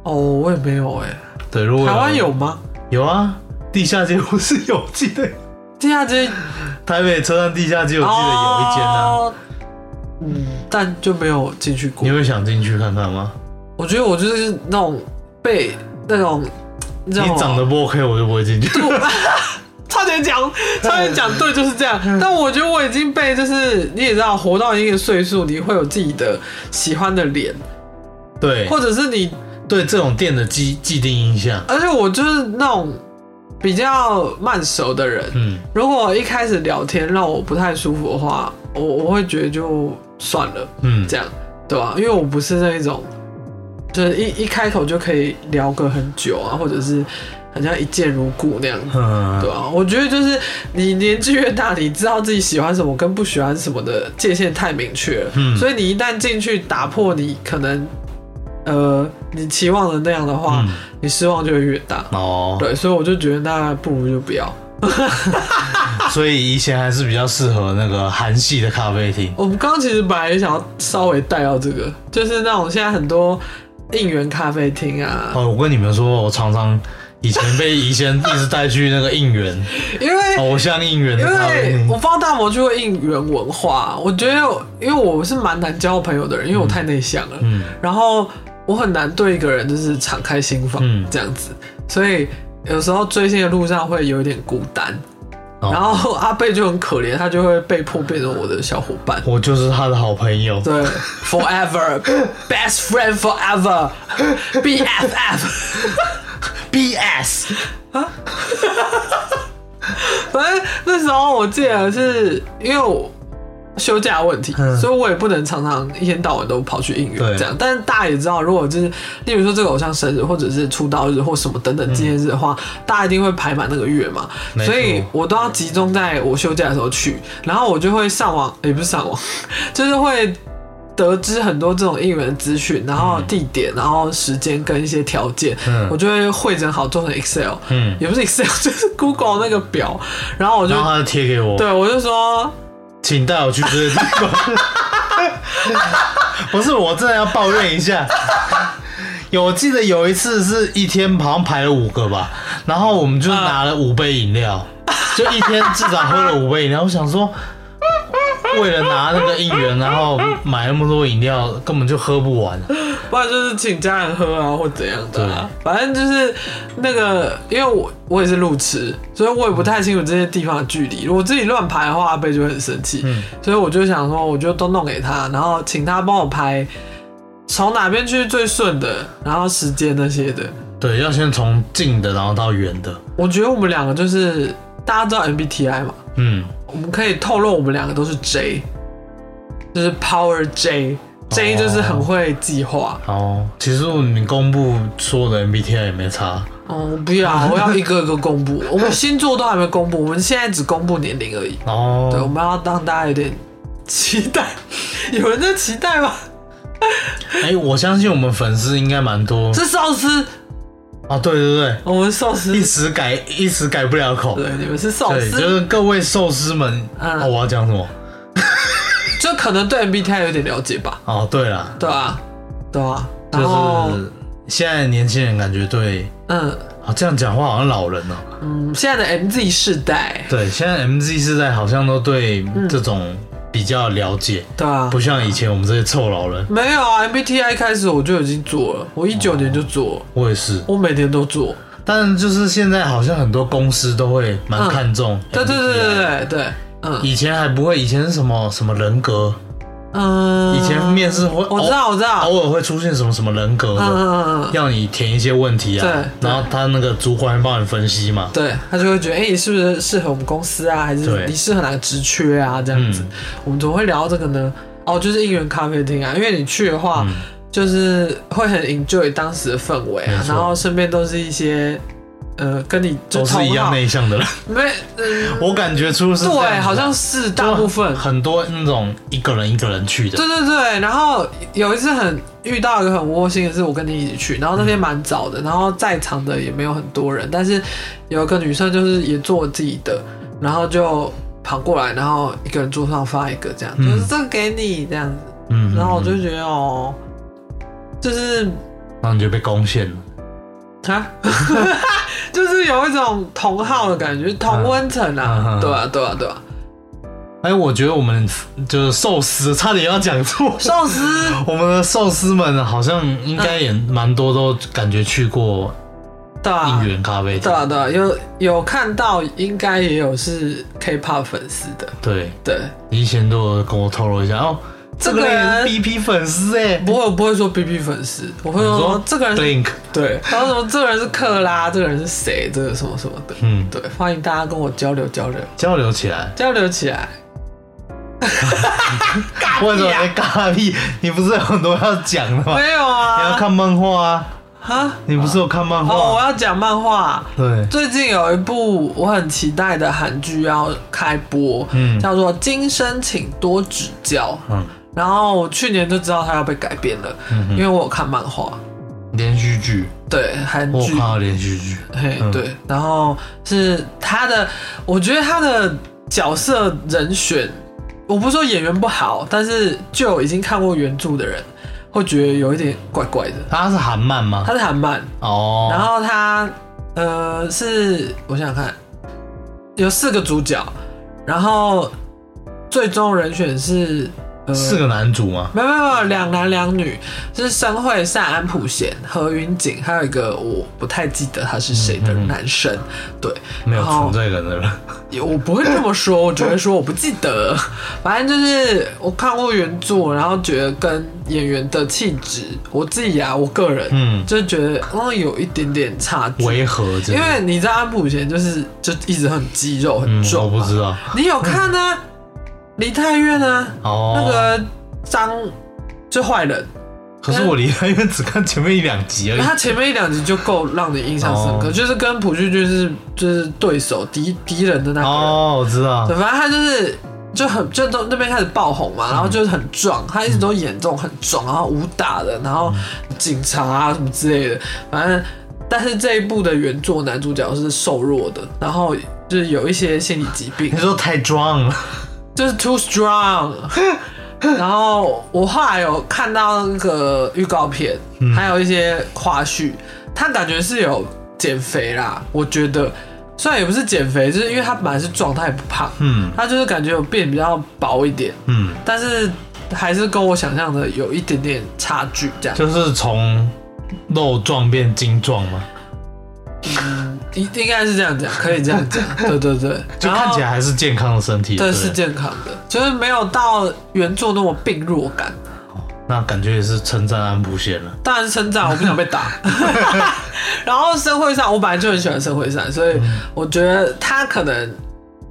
哦，我也没有哎、对，如果台湾有吗？有啊，地下街我是有记得，地下街，我记 *laughs* 台北车站地下街我记得有一间啊，哦、嗯，但就没有进去过你。会想进去看看吗？我觉得我就是那种被那种，你知你道吗？长得不 OK，我就不会进去。差点讲，差点讲对，就是这样。但我觉得我已经被，就是你也知道，活到一定的岁数，你会有自己的喜欢的脸， *laughs* 对或者是你，对，这种店的既既定印象，而且我就是那种比较慢熟的人，嗯，如果一开始聊天让我不太舒服的话，我我会觉得就算了，嗯这样对吧、因为我不是那一种，就是一一开口就可以聊个很久啊，或者是好像一见如故那样子，对嗯，吧、我觉得就是你年纪越大，你知道自己喜欢什么跟不喜欢什么的界限太明确了，嗯所以你一旦进去打破你可能呃你期望的那样的话，嗯你失望就会越大。哦，对，所以我就觉得那不如就不要。所以以前还是比较适合那个韩系的咖啡厅。我们刚刚其实本来也想要稍微带到这个，就是那种现在很多应援咖啡厅啊，哦，我跟你们说，我常常以前被以前一直带去那个应 *laughs* 援因为、偶像应援的因咖啡为我厅，不知道大魔去过应援文化，我觉得因为我是蛮难交朋友的人，因为我太内向了，嗯，然后我很难对一个人就是敞开心房、嗯这样子，所以有时候追星的路上会有一点孤单。哦然后阿贝就很可怜，他就会被迫变成我的小伙伴。我就是他的好朋友。对，forever best friend forever BFF， BS，反正那时候我记得是因为我休假问题，嗯所以我也不能常常一天到晚都跑去应援对这样。但是大家也知道，如果就是例如说这个偶像生日或者是出道日或什么等等纪念日的话，大家一定会排满那个月嘛，没错所以我都要集中在我休假的时候去，然后我就会上网，也、不是上网， *laughs* 就是会得知很多这种应援资讯，然后地点，然后时间跟一些条件，嗯我就会汇整好做成 Excel，、嗯，也不是 Excel，就是 *laughs* Google 那个表，然后我就然后他就贴给我，对我就说，请带我去这些地方。 *laughs* 不是，我真的要抱怨一下。有，我记得有一次是一天好像排了五个吧，然后我们就拿了五杯饮料，就一天至少喝了五杯饮料。我想说，为了拿那个应援，然后买那么多饮料，根本就喝不完。不然就是请家人喝啊，或怎样的、啊，反正就是那个，因为我我也是路痴，所以我也不太清楚这些地方的距离。如果自己乱排的话，阿贝就会很生气，嗯所以我就想说，我就都弄给他，然后请他帮我排从哪边去最顺的，然后时间那些的。对，要先从近的，然后到远的。我觉得我们两个就是大家知道 MBTI 嘛，嗯，我们可以透露我们两个都是 J，就是 Power J。J 哦就是很会计划，好，其实你公布所有的 MBTI 也没差。哦，我不要，我要一个一个公布。 *laughs* 我们星座都还没公布，我们现在只公布年龄而已。对，我哦，们要让大家有点期待，有人在期待吗？ *laughs* 哎、我相信我们粉丝应该蛮多。是寿司，哦，对对对，我们寿司一，时改一时改不了口。对，你们是寿对，就司，是各位寿司们，嗯哦，我要讲什么？就可能对 MBTI 有点了解吧，哦，对了，对啊，对啊，就然后是现在年轻人感觉对，嗯啊，这样讲话好像老人哦、嗯，现在的 MZ 世代，对，现在 MZ 世代好像都对这种比较了解，对啊不，像以前我们这些臭老人。没有啊，MBTI 开始我就已经做了，我一九年就做了，我也是，我每天都做，但就是现在好像很多公司都会蛮看重、嗯啊对对对对。对对，嗯以前还不会，以前是什么什么人格，嗯，以前面试会哦我知道我知道，偶尔会出现什么什么人格啊嗯的，嗯嗯嗯，要你填一些问题对啊，然后他那个主管会帮你分析嘛。对他就会觉得，哎、你是不是适合我们公司啊？还是对你适合哪个职缺啊？这样子，嗯我们怎么会聊到这个呢？哦，就是应援咖啡厅啊，因为你去的嗯话，就是会很 enjoy 当时的氛围没啊，错然后身边都是一些呃跟你就都是一样的，内向的 *laughs* 人，没嗯、我感觉出是这样子对，啊好像是大部分就。很多那种一个人一个人去的，对对对，然后有一次很遇到一个很窝心的是，我跟你一起去，然后那天蛮早嗯的，然后在场的也没有很多人，但是有一个女生就是也做我自己的，然后就跑过来，然后一个人桌上发一个这样，嗯就是这个给你这样子，嗯，然后我就嗯，觉得哦，就是嗯然后你就被攻陷了， *laughs* 啊，就是有一种同号的感觉，同温层嗯嗯啊嗯，对啊对啊对啊，哎，我觉得我们就是寿司，差点要讲错。寿司我们的寿司们好像应该也蛮多都感觉去过对啊应。援咖啡对厅，啊，对啊，有有看到，应该也有是 K-pop 粉丝的，对，对，你以前都有跟我透露一下哦，这这个个人人 BP 粉丝哎，不会，我不会说 B B 粉丝，我会你说说哦这个人是 Blink，对，然后什么这个人是克拉，这个人是谁，这个什么什么的，嗯，对，欢迎大家跟我交流交流，交流起来。交流起来。啊为什么在尬屁？你不是有很多要讲的吗？没有哦你要啊，看漫画啊，啊，你不是有看漫哦，我画？要讲漫画。对，最近有一部我很期待的韩剧要开播，嗯叫做《今生请多指教》。嗯，然后我去年就知道它要被改编了，嗯哼因为我有看漫画，连续剧，对韩我有剧看，到连续剧，嘿，嗯对，然后是他的，我觉得他的角色人选，我不是说演员不好，但是就有已经看过原著的人会觉得有一点怪怪的。它是韩漫吗他？是韩漫，哦，然后他呃是我想想看，有四个主角，然后最终人选是呃四个男主吗？没有没有没有，两男两女，是申惠善、安普贤、何云锦，还有一个我不太记得他是谁的嗯嗯嗯男生。对，没有然后存在感的人。也我不会这么说，我只会说我不记嗯得。反正就是我看过原著，然后觉得跟演员的气质，我自己啊，我个人、嗯，就是觉得嗯有一点点差距。违和这因为你知道安普贤就是就一直很肌肉很嗯，我壮、不知道嗯你有看呢、李泰院啊，哦。那，个张就坏人。可是我离开院只看前面一两集而已。他前面一两集就够让你印象深刻，哦就是跟朴叙俊是就是对手敌敌人的那个人，哦，我知道对，，反正他就是就很就都那边开始爆红嗯嘛，然后就是很壮，他一直都演这种很壮，然后武打的，然后警察啊什么之类的，反正但是这一部的原作男主角是瘦弱的，然后就是有一些心理疾病你，说太壮了，就是 too strong。然后我后来有看到那个预告片，嗯还有一些花絮，他感觉是有减肥啦。我觉得虽然也不是减肥，就是因为他本来是壮，他也不胖，嗯他就是感觉有变比较薄一点，嗯，但是还是跟我想象的有一点点差距。这样就是从肉壮变精壮嘛，应应该是这样讲，可以这样 *laughs* 讲。对对对，就然后看起来还是健康的身体。对对不对，是健康的，就是没有到原作那么病弱感。那感觉也是称赞安普贤了。当然是称赞，我不想被打。然后社会上，我本来就很喜欢社会上，所以我觉得他可能，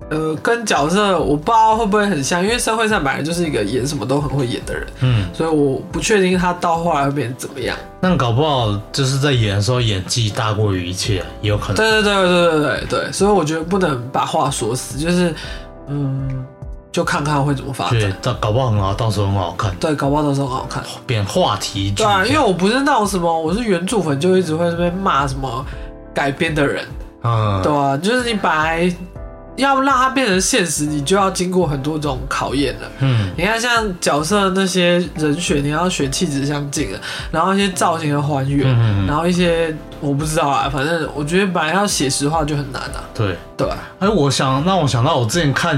呃，跟角色我不知道会不会很像，因为社会上本来就是一个演什么都很会演的人，嗯，所以我不确定他到后来会变成怎么样。那搞不好就是在演的时候演技大过于一切，也有可能。对对啊对对对对对，所以我觉得不能把话说死，就是，嗯，就看看会怎么发对展。，到搞不好很好，到时候很好看，啊对，搞不好到时候很好看。变话题剧对。啊，因为我不是那种什么，我是原著粉，就一直会在那边骂什么改编的人。嗯，对啊，就是你本来要让它变成现实，你就要经过很多种考验了。嗯，你看，像角色那些人选，你要选气质相近的，然后一些造型的还原，嗯嗯嗯然后一些我不知道啊，反正我觉得本来要写实化就很难啊，对。对吧？哎，我想让我想到我之前看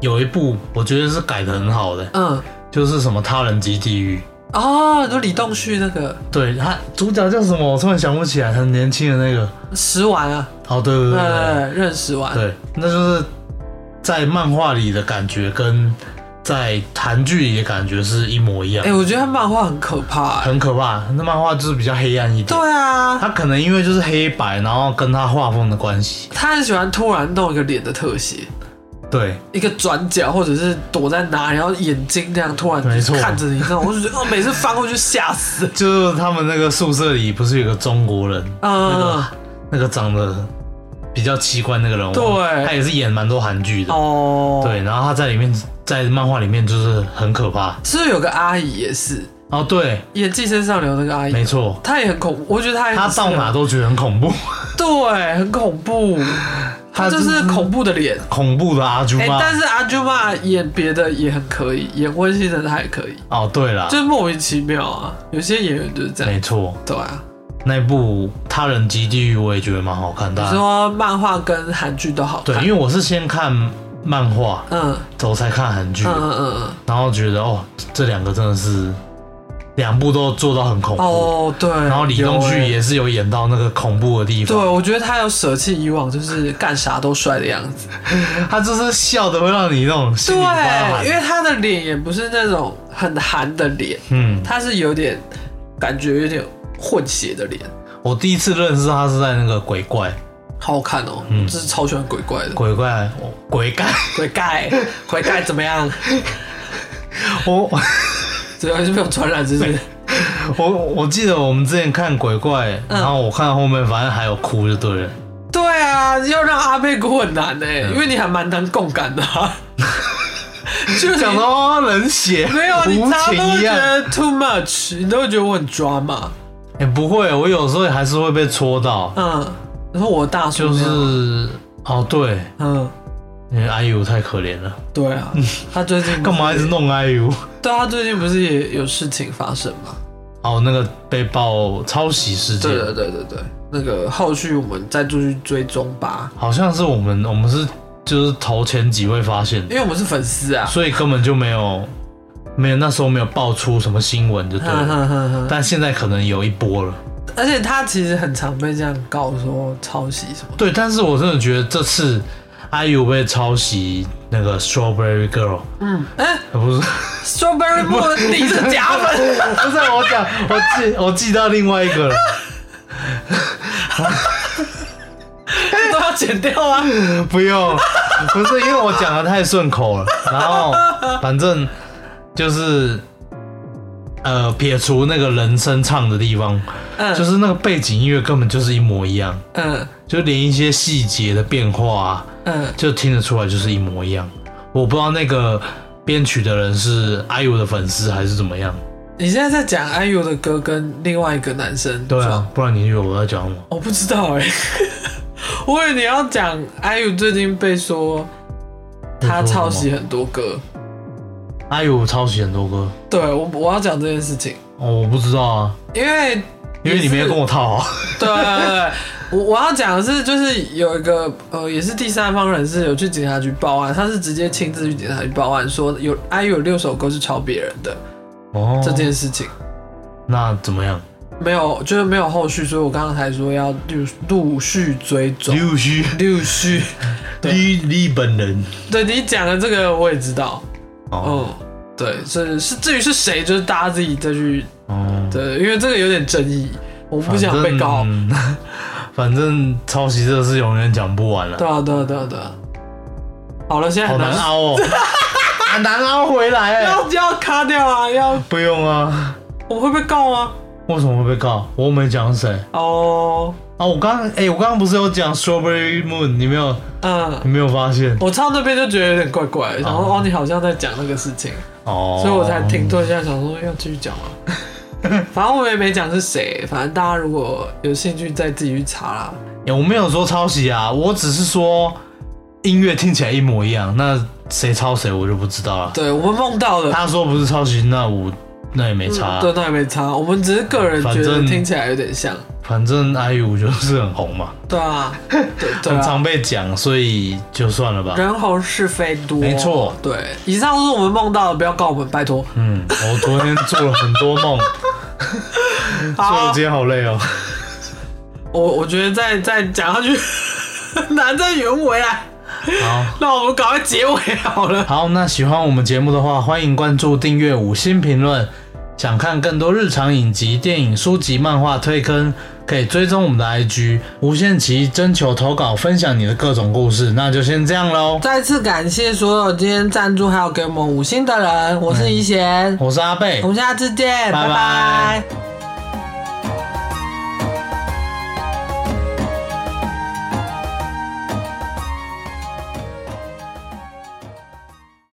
有一部，我觉得是改的很好的，嗯，就是什么《他人及地狱》。哦，就李栋旭那个对他主角叫什么？我突然想不起来，很年轻的那个。石丸啊，哦，对对对对呃，认识丸，对，那就是在漫画里的感觉跟在韩剧里的感觉是一模一样哎、，我觉得他漫画很可怕、欸。很可怕。那漫画就是比较黑暗一点，对啊，他可能因为就是黑白，然后跟他画风的关系，他很喜欢突然弄一个脸的特写，对，一个转角或者是躲在哪，然后眼睛这样突然没错看着你，这种我就觉得哦，每次翻过去吓死。就是他们那个宿舍里不是有个中国人， *laughs* 那嗯个，那个长得比较奇怪那个人物，对他也是演蛮多韩剧的，哦，，对，然后他在里面在漫画里面就是很可怕。是不是有个阿姨也是哦，对，演《寄生上流》那个阿姨？没错，她也很恐怖，我觉得她也他很适合到哪都觉得很恐怖， *laughs* 对，很恐怖，她就是恐怖的脸。恐怖的阿朱哎、妈。但是阿舅妈演别的也很可以，演温馨的她也可以，哦，对了就，是莫名其妙啊。有些演员就是这样，没错，对啊。那部《他人及地狱》我也觉得蛮好看的啊你。说漫画跟韩剧都好对，看，因为我是先看漫画，嗯走才看韩剧嗯，嗯嗯然后觉得哦，这两个真的是两部都做到很恐嗯，怖。哦对，然后李有栋欸旭也是有演到那个恐怖的地对，方，我觉得他有舍弃以往就是干啥都帅的样子，他就是笑的会让 *laughs* 你那种心里发对，因寒。为他的脸也不是那种很韩的脸，嗯，他是有点感觉有点混血的脸，我第一次认识他是在那个鬼怪，好好看哦，嗯我真是超喜欢鬼怪的，鬼怪， *laughs* 鬼怪，鬼怪，鬼怪怎么 *laughs* 样？ *laughs* 我怎么样就被我传染，是不是？我我记得我们之前看鬼怪，嗯然后我看到后面反正还有哭就对了。对啊，要让阿贝哭很难呢、欸嗯因为你还蛮难共感 *laughs* 的、啊，就是讲你到妈妈冷血，没有，啊你无常常都情会一觉样。得 too much，你都会觉得我很抓嘛。哎、不会，我有时候还是会被戳到，嗯，然后我大叔就那样是哦，对，嗯，因为 IU 太可怜了，对啊，他最近不是干嘛一直？弄 IU？对他最近不是也有事情发生吗？哦，那个被爆抄袭事件对，对对对对，那个后续我们再继续追踪吧，好像是我们我们是就是头前几位发现因的，为我们是粉丝啊。所以根本就没有没有那时候没有爆出什么新闻，就对哼了。哼哼哼，但现在可能有一波了，而且他其实很常被这样告说抄袭什么的。对。但是我真的觉得这次 IU 被抄袭那个 Strawberry Girl，呃嗯，哎、不是。 s t r a w b e r r y *laughs* Moon 你是假粉，哎不是我讲，我记我记到另外一个了， *laughs* 都要剪掉啊。不用，不是因为我讲的太顺口了，然后反正就是呃，撇除那个人声唱的地方，嗯，就是那个背景音乐根本就是一模一样，嗯就连一些细节的变化、啊，嗯，就听得出来就是一模一样。我不知道那个编曲的人是 IU 的粉丝还是怎么样，你现在在讲 IU 的歌跟另外一个男生对撞啊，不然你以为我在讲什么？我不知道哎、 *laughs* 我以为你要讲 IU 最近被说他抄袭很多歌， ，IU 抄袭很多歌，对我我要讲这件事情，哦，我不知道啊。因为因为你没有跟我套啊好。对对对对， *laughs* 我我要讲的是就是有一个呃也是第三方人士有去警察局报案，他是直接亲自去警察局报案说有 IU 有六首歌是抄别人的哦，这件事情。那怎么样？没有，就是没有后续，所以我刚刚才说要陆陆续追踪，陆续陆续。日日本人对你讲的这个我也知道，哦嗯，对，是是，至于是谁，就是大家自己再去哦，对，因为这个有点争议，我不反想被告。正。 *laughs* 反正抄袭这个事永远讲不完了对，啊，对啊，对啊，对啊。好了，现在好很难凹 *laughs* 哦，很难凹回来哎。要要卡掉啊，要不用啊，我会被告吗？为什么会被告？我又没讲谁哦，啊！我刚哎，我刚刚不是有讲 Strawberry Moon，你没有嗯，你没有发现我唱那边就觉得有点怪怪，然后哦，你好像在讲那个事情，哦？所以我才停顿一下，想说要继续讲吗？反正我也没讲是谁，反正大家如果有兴趣再自己去查啦。哎。我没有说抄袭啊，我只是说音乐听起来一模一样，那谁抄谁我就不知道了。对我们梦到了，他说不是抄袭，那我那也没差啊、对，那也没差。我们只是个人反觉得正听起来有点像，反正 IU 就是很红嘛，对啊，对对很啊，常被讲，所以就算了吧。人红是非多，没错。对，以上都是我们梦到的，不要告我们，拜托。嗯，我昨天做了很多梦， *laughs* 所以我 *laughs* 好，今天好累哦。啊我我觉得再再讲下去 *laughs* 很难再圆回来，好。那我们赶快结尾好了。好，那喜欢我们节目的话，欢迎关注、订阅、五星评论。想看更多日常影集、电影、书籍、漫画推坑，可以追踪我们的 IG 无限期征求投稿，分享你的各种故事。那就先这样喽，再次感谢所有今天赞助还有给我们五星的人，我是怡贤，我是阿贝，我们下次见，嗯拜拜拜拜